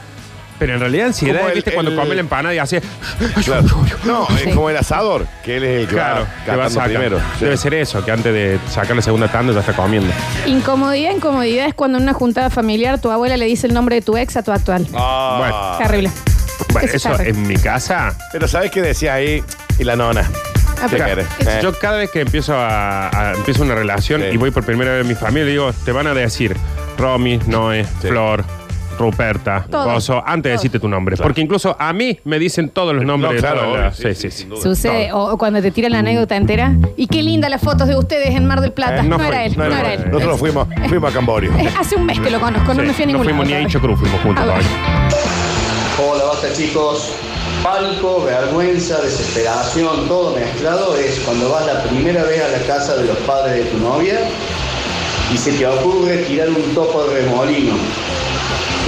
Pero en realidad ansiedad,
Como el-
¿viste? cuando
el-
come la empanada y hace...
Claro. No,
Sí.
es como el asador, que él es el que
Claro,
va
que va a
catando
sacar.
primero. Sí.
Debe ser eso, que antes de sacar la segunda tanda ya está comiendo.
Incomodidad, incomodidad es cuando en una juntada familiar tu abuela le dice el nombre de tu ex a tu actual.
Ah.
Bueno.
Terrible.
Bueno,
Eso
eso,
está re-
en mi casa.
Pero ¿sabes qué decía ahí? Y la nona.
Ah,
¿Qué
pero-
querés? Eh.
Yo cada vez que empiezo a, a- empiezo una relación
Sí.
y voy por primera vez a mi familia, digo, te van a decir Romy, Noé,
Sí.
Flor. Ruperta,
Todo.
Gozo, antes de
Todo.
decirte tu nombre.
Claro.
Porque incluso a mí me dicen todos los nombres
No,
de
claro,
todas
obvio,
las-
sí,
Sí, sí,
sí, sin
sí.
duda.
Sucede, o, o cuando te tiran la anécdota entera. Y qué linda las fotos de ustedes en Mar del Plata.
Eh,
no,
no
era
fui,
él, no,
no
era,
era
él.
yo.
Nosotros nos fuimos, fuimos a Camborio.
Eh, Hace un mes que lo conozco, no
Sí,
me fui a
no
ningún
fuimos ni
lado.
a Incho Cruz, fuimos juntos.
Ah, bueno.
todavía.
Hola, basta chicos. Pánico, vergüenza, desesperación, todo mezclado es cuando vas la primera vez a la casa de los padres de tu novia y se te ocurre tirar un topo de remolino.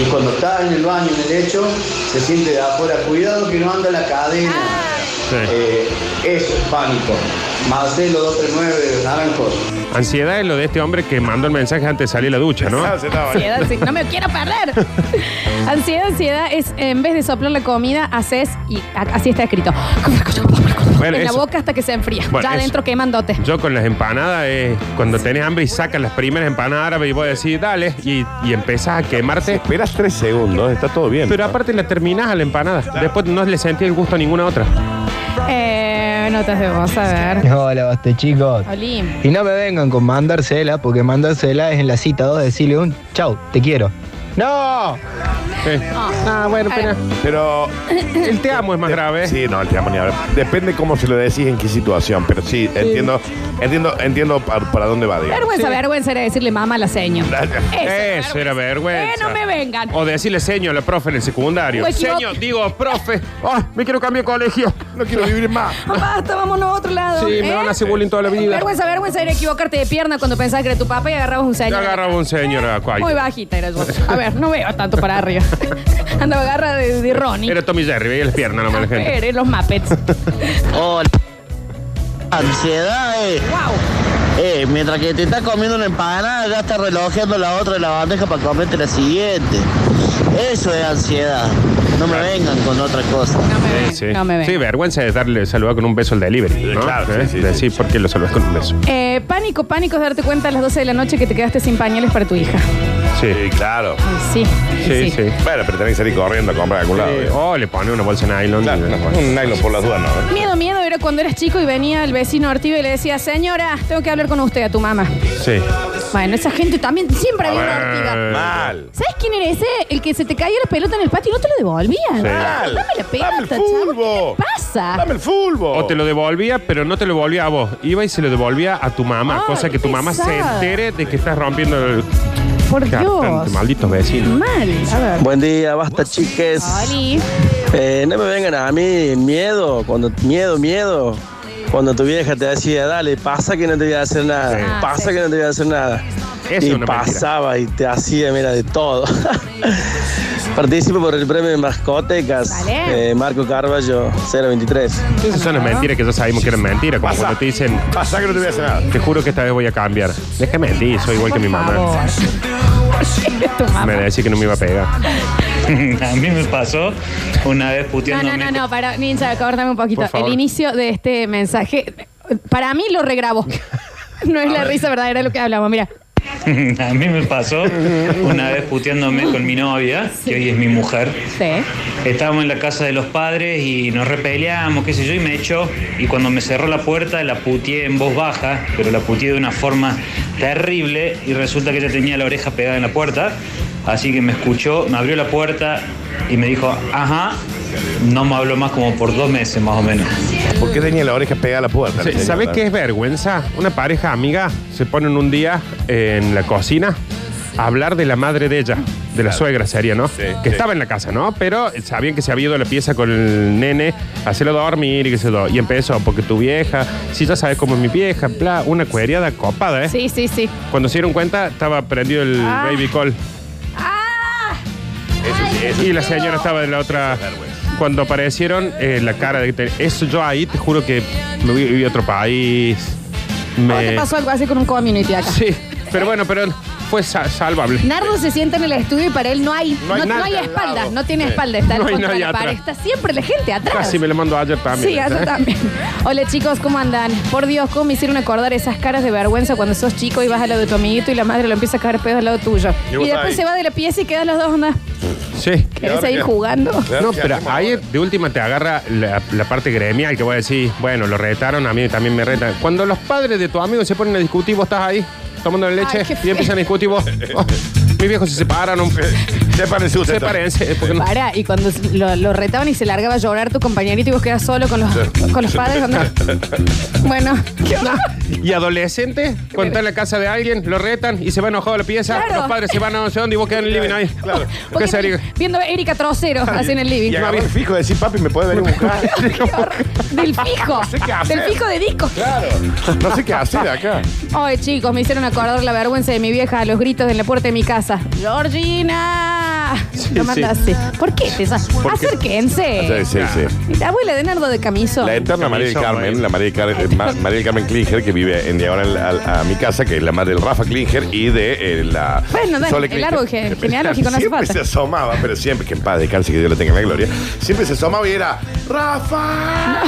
Y cuando estás en el baño, en el lecho, se siente de afuera, cuidado que no anda la cadena.
Sí.
Eh, eso es pánico. Marcelo 239 de Naranjos.
Ansiedad es lo de este hombre que mandó el mensaje antes de salir a la ducha, ¿no?
Ah, se estaba-
Ansiedad, sí, ¿eh? no me quiero perder. ansiedad, ansiedad es eh, en vez de soplar la comida, haces y a- así está escrito.
Bueno,
en la
eso.
boca hasta que se enfría.
Bueno,
ya
eso.
adentro quemándote.
Yo con las empanadas, eh, cuando tenés hambre y sacas las primeras empanadas árabes y vos decís, dale, y, y empezás a quemarte.
Esperas tres segundos, está todo bien.
Pero aparte la terminás a la empanada. Después no le sentí el gusto a ninguna otra.
Eh, notas de voz, a ver.
Hola, baste chicos.
Olim.
Y no me vengan con mandársela, porque mandársela es en la cita 2 decirle un chau, te quiero. ¡No!
Sí. Ah, bueno, pero
Pero
el te amo es más grave.
Sí, no, el amo ni hablar. Depende cómo se lo decís, en qué situación. Pero sí, entiendo, entiendo, entiendo par- para dónde va, digamos.
Vergüenza, vergüenza era decirle mamá a la seño.
Eso, era vergüenza.
Eh, no me vengan.
O decirle seño a la profe en el secundario.
Me equivoco.
Seño, digo, profe, ay, Ah, me quiero cambiar de colegio.
No quiero vivir más.
Basta, vámonos a otro lado.
Sí, me
¿eh?
van a hacer bullying toda la vida.
Vergüenza, vergüenza era equivocarte de pierna cuando pensabas que era tu papá y agarrabas un
Yo
señor.
agarraba un señor a
Muy
cualquier.
bajita era yo. A ver, no veo tanto para arriba. Andaba agarra de, de Ronnie.
Era Tommy Jerry, veía las piernas nomás la gente.
Eres los Muppets.
Hola. Ansiedad, eh.
wow.
Eh, mientras que te estás comiendo una empanada, ya estás relojeando la otra de la bandeja para comerte la siguiente. Eso es ansiedad. No me vengan con otra cosa.
No me ven.
Sí,
No me ven.
Sí, vergüenza es darle saludar con un beso al delivery. ¿no?
Claro,
¿Eh?
sí, sí,
Decir por qué lo saludas con un beso.
Eh, pánico, pánico es darte cuenta a las 12 de la noche que te quedaste sin pañales para tu hija.
Sí.
Sí, claro.
Sí.
Sí, sí.
Bueno, pero tenés que salir corriendo a comprar a algún lado.
Eh,
digamos.
o le pone una bolsa en nylon.
Claro,
Y-
no, un nylon por las dudas,
Eh.
¿no?
Miedo, miedo era cuando eras chico y venía el vecino Ortiz y le decía, señora, tengo que hablar con usted, a tu mamá.
Sí.
Bueno, esa gente también siempre había una ortiga.
Eh,
Mal.
¿Sabes quién era ese? El que se te caía la pelota en el patio y no te lo devolvían.
Mal.
Dame la pelota,
Dame el
chavo,
fulbo.
¿Qué te pasa?
Dame el fulbo.
O te lo devolvía, pero no te lo devolvía a vos. Iba y se lo devolvía a tu mamá,
Ah,
cosa que tu mamá se
pesada.
entere de que estás rompiendo el.
Por
Bastante,
Dios.
Malditos vecinos.
Mal. A ver.
Buen día, basta chiques.
Oli.
Eh, no me vengan a mí, miedo, cuando miedo, miedo. Cuando tu vieja te decía, dale, pasa que no te voy a hacer nada,
Ah,
pasa
sí.
que no te voy a hacer nada.
Eso es
y
una
pasaba y te hacía, mira, de todo. Participo por el premio de mascotecas,
Vale.
eh, Marco Carballo, 023.
Esas son las mentiras que ya sabemos que eran mentiras. Como
Pasa.
cuando te dicen,
Pasa que no te voy a hacer nada.
te juro que esta vez voy a cambiar. Déjame mentir, soy igual que mi mamá.
Era tu mamá.
Me decía que no me iba a pegar.
A mí me pasó una vez
No,
puteándome.
no, no, no, para, Ninja, acordame un poquito.
Por favor.
El inicio de este mensaje, para mí lo regrabo. No es la risa verdadera lo que hablamos, mira.
A mí me pasó una vez puteándome con mi novia, que hoy es mi mujer.
Eh.
Sí.
Estábamos en la casa de los padres y nos repeleamos, qué sé yo, y me echó. Y cuando me cerró la puerta, la puteé en voz baja, pero la puteé de una forma terrible y resulta que ella tenía la oreja pegada en la puerta. Así que me escuchó, me abrió la puerta y me dijo, ajá, no me habló más como por dos meses más o menos.
¿Por qué tenía la oreja pegada a la puerta?
Sí, ¿Sabes qué es vergüenza? Una pareja amiga se ponen un día en la cocina a hablar de la madre de ella, de la suegra sería, ¿no? que
sí.
estaba en la casa, ¿no? Pero sabían que se había ido a la pieza con el nene, a hacerlo dormir y que se lo. Y empezó, porque tu vieja, si ya sabes cómo es mi vieja, bla, una cueriada copada, ¿eh?
Sí, sí, sí.
Cuando se dieron cuenta, estaba prendido el
Ah.
baby call.
¡Ah!
Eso
Y la señora estaba de la otra. Cuando aparecieron, eh, la cara de. te- Eso yo ahí, te juro que me vi, vi otro país.
¿A vos te
Me.
pasó algo así con un community acá?
Sí, pero bueno, pero fue sa- salvable.
Nardo se sienta en el estudio y para él no hay,
No
no,
hay
no
nadie
hay
al
espalda,
lado.
no tiene
Sí.
espalda, está
No
en
hay
contra de
nadie
la pared,
atrás.
está siempre la gente atrás.
Casi me lo mandó ayer también. ¿eh?
Sí, eso también. Hola chicos, ¿cómo andan? Por Dios, ¿cómo me hicieron acordar esas caras de vergüenza cuando sos chico y vas al lado de tu amiguito y la madre lo empieza a cagar pedos al lado tuyo?
Y
Y,
vos
después
ahí.
se va de la pieza y quedas los dos, onda.
Sí.
¿Querés seguir jugando?
No, pero ahí de última te agarra la, la parte gremial que voy a decir, bueno, lo retaron, a mí también me retan. Cuando los padres de tu amigo se ponen a discutir, vos estás ahí tomando la leche
Ay, qué
y
feo.
empiezan a discutir vos. oh, mis viejos se separaron.
Sepárense ustedes.
Sepárense. Pues porque no-
Para, y cuando lo, lo retaban y se largaba a llorar tu compañerito y vos quedas solo con los, con los padres, onda. Bueno,
Y adolescente, cuando está en la casa de alguien, lo retan y se va enojado a la pieza,
Claro.
los padres se van a no sé dónde y vos quedas en el living ahí.
¿por
¿Qué
qué
sería?
viendo a Erika Trocero así en el living.
Y agarrar el fijo y decir, papi, ¿me puedes venir a buscar?
Del fijo.
sé qué hacer.
del fijo de disco.
claro. No sé qué hacer acá.
Ay, chicos, me hicieron acordar la vergüenza de mi vieja a los gritos en la puerta de mi casa. ¡Georgina! lo manda
sí.
así. ¿Por qué? César?
Sí,
Acérquense.
sí, sí.
La abuela de Nardo de Camiso.
La eterna María del Carmen, la María del, Car- eh, Ma- María del Carmen Klinger, que vive en diagonal al- a, mi casa, que es la madre del Rafa Klinger y de eh, la.
Bueno, dale, el árbol ge- genealógico no hace
Siempre
falta.
se asomaba, pero siempre, que en paz descanse, que Dios lo tenga en la gloria. Siempre se asomaba y era ¡Rafa!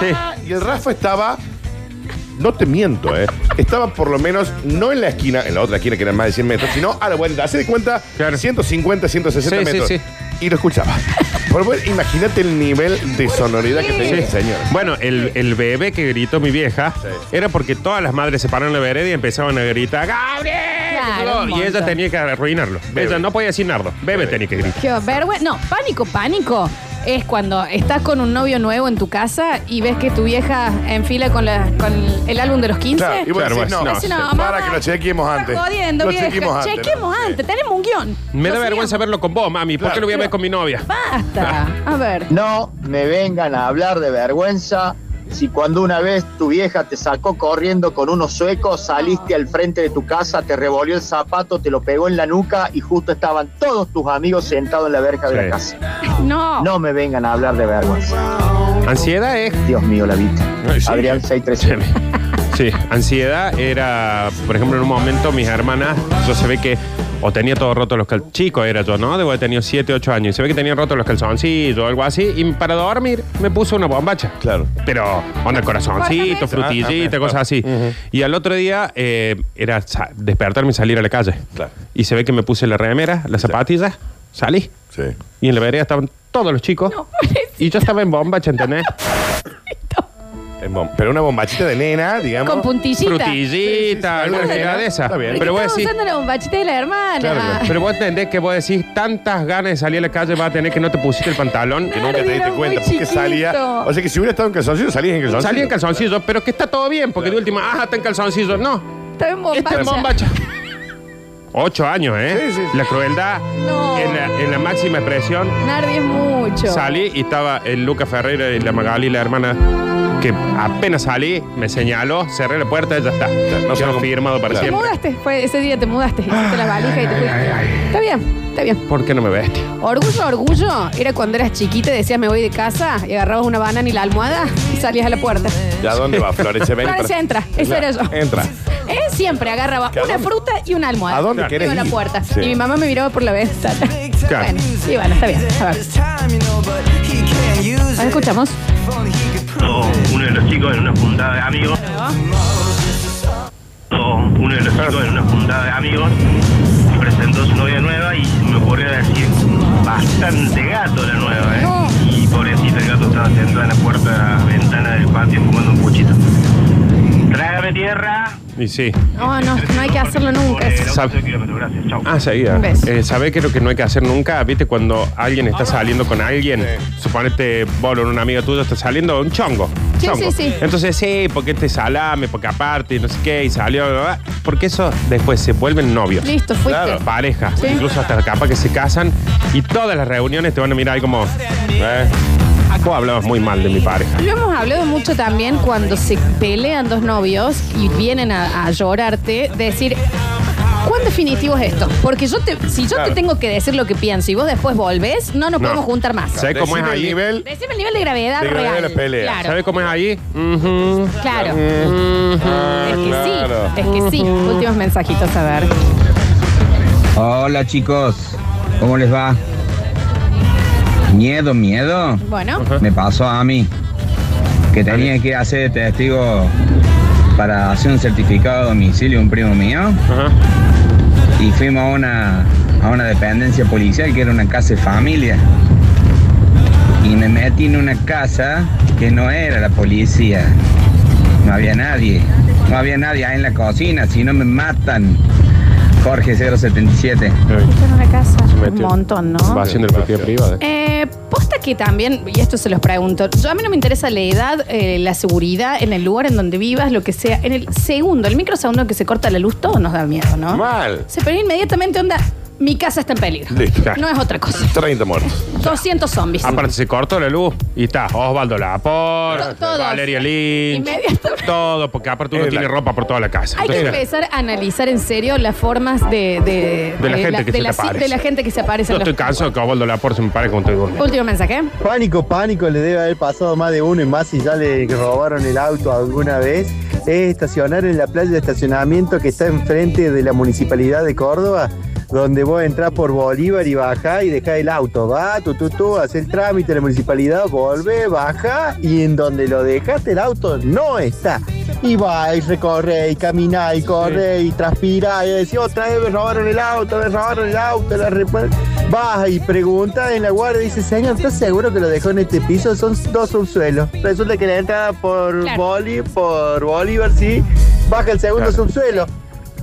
Sí.
Y el Rafa estaba. No te miento, ¿eh? Estaba por lo menos no en la esquina, en la otra esquina que era más de 100 metros, sino a la vuelta. Hace de cuenta,
Claro.
150, 160
Sí, sí,
metros.
sí.
Y lo escuchaba. Por favor, imagínate el nivel de sonoridad que tenía el señor.
Bueno, el, el bebé que gritó mi vieja
Sí.
era porque todas las madres se pararon en la vereda y empezaban a gritar ¡Gabriel!
Claro, un
y ella
montón.
tenía que arruinarlo.
Bebe.
Ella no podía decir nardo. Bebe tenía que gritar.
Qué vergüenza. No, pánico, pánico. Es cuando estás con un novio nuevo en tu casa y ves que tu vieja enfila con, la- con el álbum de los 15.
Claro, y vos
Claro,
decís,
vos,
no,
no,
Así, no,
para
mamá,
que lo chequeemos
estás
antes.
jodiendo,
lo
vieja.
chequeemos antes.
Chequeemos antes. Tenemos un guión.
Me da
Lo
vergüenza
sigamos.
verlo con vos, mami. ¿Por qué
Claro.
lo voy a ver con mi novia?
Basta. A ver.
No me vengan a hablar de vergüenza si cuando una vez tu vieja te sacó corriendo con unos suecos, saliste al frente de tu casa, te revolvió el zapato, te lo pegó en la nuca y justo estaban todos tus amigos sentados en la verja de
Sí.
la casa.
No.
No me vengan a hablar de vergüenza.
Ansiedad es.
Dios mío, la vida.
Ay, sí.
Adrián 637.
Sí, ansiedad era, por ejemplo, en un momento mis hermanas, yo se ve que, o tenía todo roto los calzoncillos, chico era yo, ¿no? Debo haber tenido 7, 8 años, y se ve que tenía roto los calzoncillos o algo así, y para dormir me puso una bombacha.
Claro.
Pero, onda, corazoncito,
Bájame.
frutillita,
Ah,
cosas así. Y al otro día eh, era sa- despertarme y salir a la calle.
Claro.
Y se ve que me puse la remera, las zapatillas, salí,
Sí.
y en la vereda estaban todos los chicos,
No, pobrecito.
y yo estaba en bombacha, ¿entendés?
En bom- Pero una bombachita de nena, digamos.
Con puntillita.
Frutillita, alguna
Claro.
general de esa.
Está bien.
Pero voy a
Estaba
decir.
usando la bombachita de la hermana.
Claro, claro.
Pero vos entendés que vos decís tantas ganas de salir a la calle vas a tener que no te pusiste el pantalón.
que nunca te
Era
diste
muy
cuenta porque
chiquito.
salía. O sea que si hubiera estado en calzoncillo, salías en calzoncillo.
Salí en calzoncillo, pero que está todo bien, porque de última, ah, está en calzoncillo. No,
Estaba en bombacha.
está en bombacha. Ocho años, ¿eh?
Sí, sí, sí.
La crueldad
No.
en, la, en la máxima expresión.
Nardi es mucho.
Salí y estaba el Luca Ferreira y la Magali, la hermana, que apenas salí, me señaló, cerré la puerta y ya está. No se
se
ha
lo-
firmado para
Claro.
Te
siempre.
mudaste, fue ese día te mudaste, hiciste la valija y te fuiste. Está bien, está bien.
¿Por qué no me vestí?
Orgullo, orgullo, era cuando eras chiquita y decías me voy de casa y agarrabas una banana y la almohada y salías a la puerta.
¿Ya dónde va Florencia? Ven.
Florencia
para-
entra, ese
Claro,
era yo.
Entra.
Él siempre agarraba
¿Que a
una
dónde?
fruta y una almohada.
¿A dónde querés
Iba a la
ir?
puerta.
Sí.
Y mi mamá me miraba por la ventana.
Claro.
Bueno, y bueno, está bien. A ver. A ver, escuchamos.
O uno de los chicos en una juntada de amigos. O uno de los chicos en una juntada de amigos presentó su novia nueva y me ocurrió decir bastante gato la nueva, ¿eh? Y pobrecito el gato estaba sentado en la puerta ventana del patio fumando un puchito. Trágame tierra.
Y sí.
No, no, no hay que hacerlo nunca. eso.
Ah.
Sab-
kilómetros, gracias. Chau.
Ah, seguida.
Un beso.
Eh, ¿Sabés qué es lo que no hay que hacer nunca? ¿Viste? Cuando alguien está saliendo con alguien, suponete vos o una amiga tuya está saliendo un chongo.
Sí,
chongo.
sí, sí.
Entonces, sí, porque este salame, porque aparte, y no sé qué, y salió, bla, bla, bla. porque eso después se vuelven novios.
Listo, fuiste.
Claro, parejas,
Sí.
incluso hasta capaz que se casan y todas las reuniones te van a mirar ahí como, eh, vos hablabas muy mal de mi pareja.
Lo hemos hablado mucho también cuando se pelean dos novios y vienen a, a llorarte, decir, ¿Cuán definitivo es esto? Porque yo te, si yo
Claro.
te tengo que decir lo que pienso y vos después volvés, no nos
No.
podemos juntar más.
¿Sabes cómo es
Decime
ahí?
el nivel
Decime el nivel de gravedad
de gravedad
real.
de la pelea.
Claro,
¿Sabes cómo es ahí? Ujú.
claro.
Ujú.
Es que
Claro.
sí, es que sí. Últimos mensajitos, a ver.
Hola chicos, ¿cómo les va? Miedo, miedo.
Bueno,
Me pasó a mí que tenía que hacer de testigo para hacer un certificado de domicilio un primo mío
Ajá.
y fuimos a una, a una dependencia policial que era una casa de familia. Y me metí en una casa que no era la policía. No había nadie. No había nadie ahí en la cocina, si no me matan. Jorge 077.
esto en una casa. Un
metió.
montón, ¿no?
Va haciendo la propiedad privada.
Eh, posta que también, y esto se los pregunto, yo a mí no me interesa la edad, eh, la seguridad, en el lugar en donde vivas, lo que sea. En el segundo, el microsegundo que se corta la luz, todo nos da miedo, ¿no?
Mal.
Se pero inmediatamente, onda, mi casa está en peligro.
Listo.
No es otra cosa.
30 muertos.
200 zombies.
Aparte Ah, se cortó la luz y está Osvaldo
To-
Laporte,
todos.
Valeria Lynch,
Inmediatamente.
todo, porque aparte uno
Es
tiene
Eh, la-
ropa por toda la casa.
Hay que
Entonces,
empezar a analizar en serio las formas de, de,
De la gente que
de
se
la-
te aparece.
de la gente que se aparece.
yo
en los-
estoy cansado de que Osvaldo Laporte se me pare cuando estoy durmiendo.
Último mensaje.
Pánico, pánico, le debe haber pasado más de uno y más si ya le robaron el auto alguna vez. Es estacionar en la playa de estacionamiento que está enfrente de la municipalidad de Córdoba, donde vos entrás por Bolívar y bajás y dejás el auto. Va, tú, tú, tú, haces el trámite de la municipalidad, volvés, bajás y en donde lo dejaste el auto no está. Y va, y recorre, y camina, y corre, y transpira, y decís, otra vez me robaron el auto, me robaron el auto, la repa- Baja y pregunta en la guardia, dice, señor, ¿estás seguro que lo dejó en este piso? Son dos subsuelos. Resulta que la entrada por,
Claro.
Boli- por Bolívar, sí, baja el segundo subsuelo.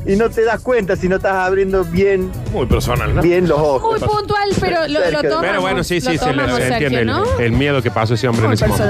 Y no te das cuenta si no estás abriendo bien,
Muy personal, ¿no?
bien los ojos.
Muy puntual, pero lo, lo
Cerca de-
tomamos.
Pero bueno, sí,
lo
sí, se, le-
tomamos,
se
Sergio,
entiende el-
¿no?
el, miedo que pasó ese hombre en
Muy
ese momento.
personal.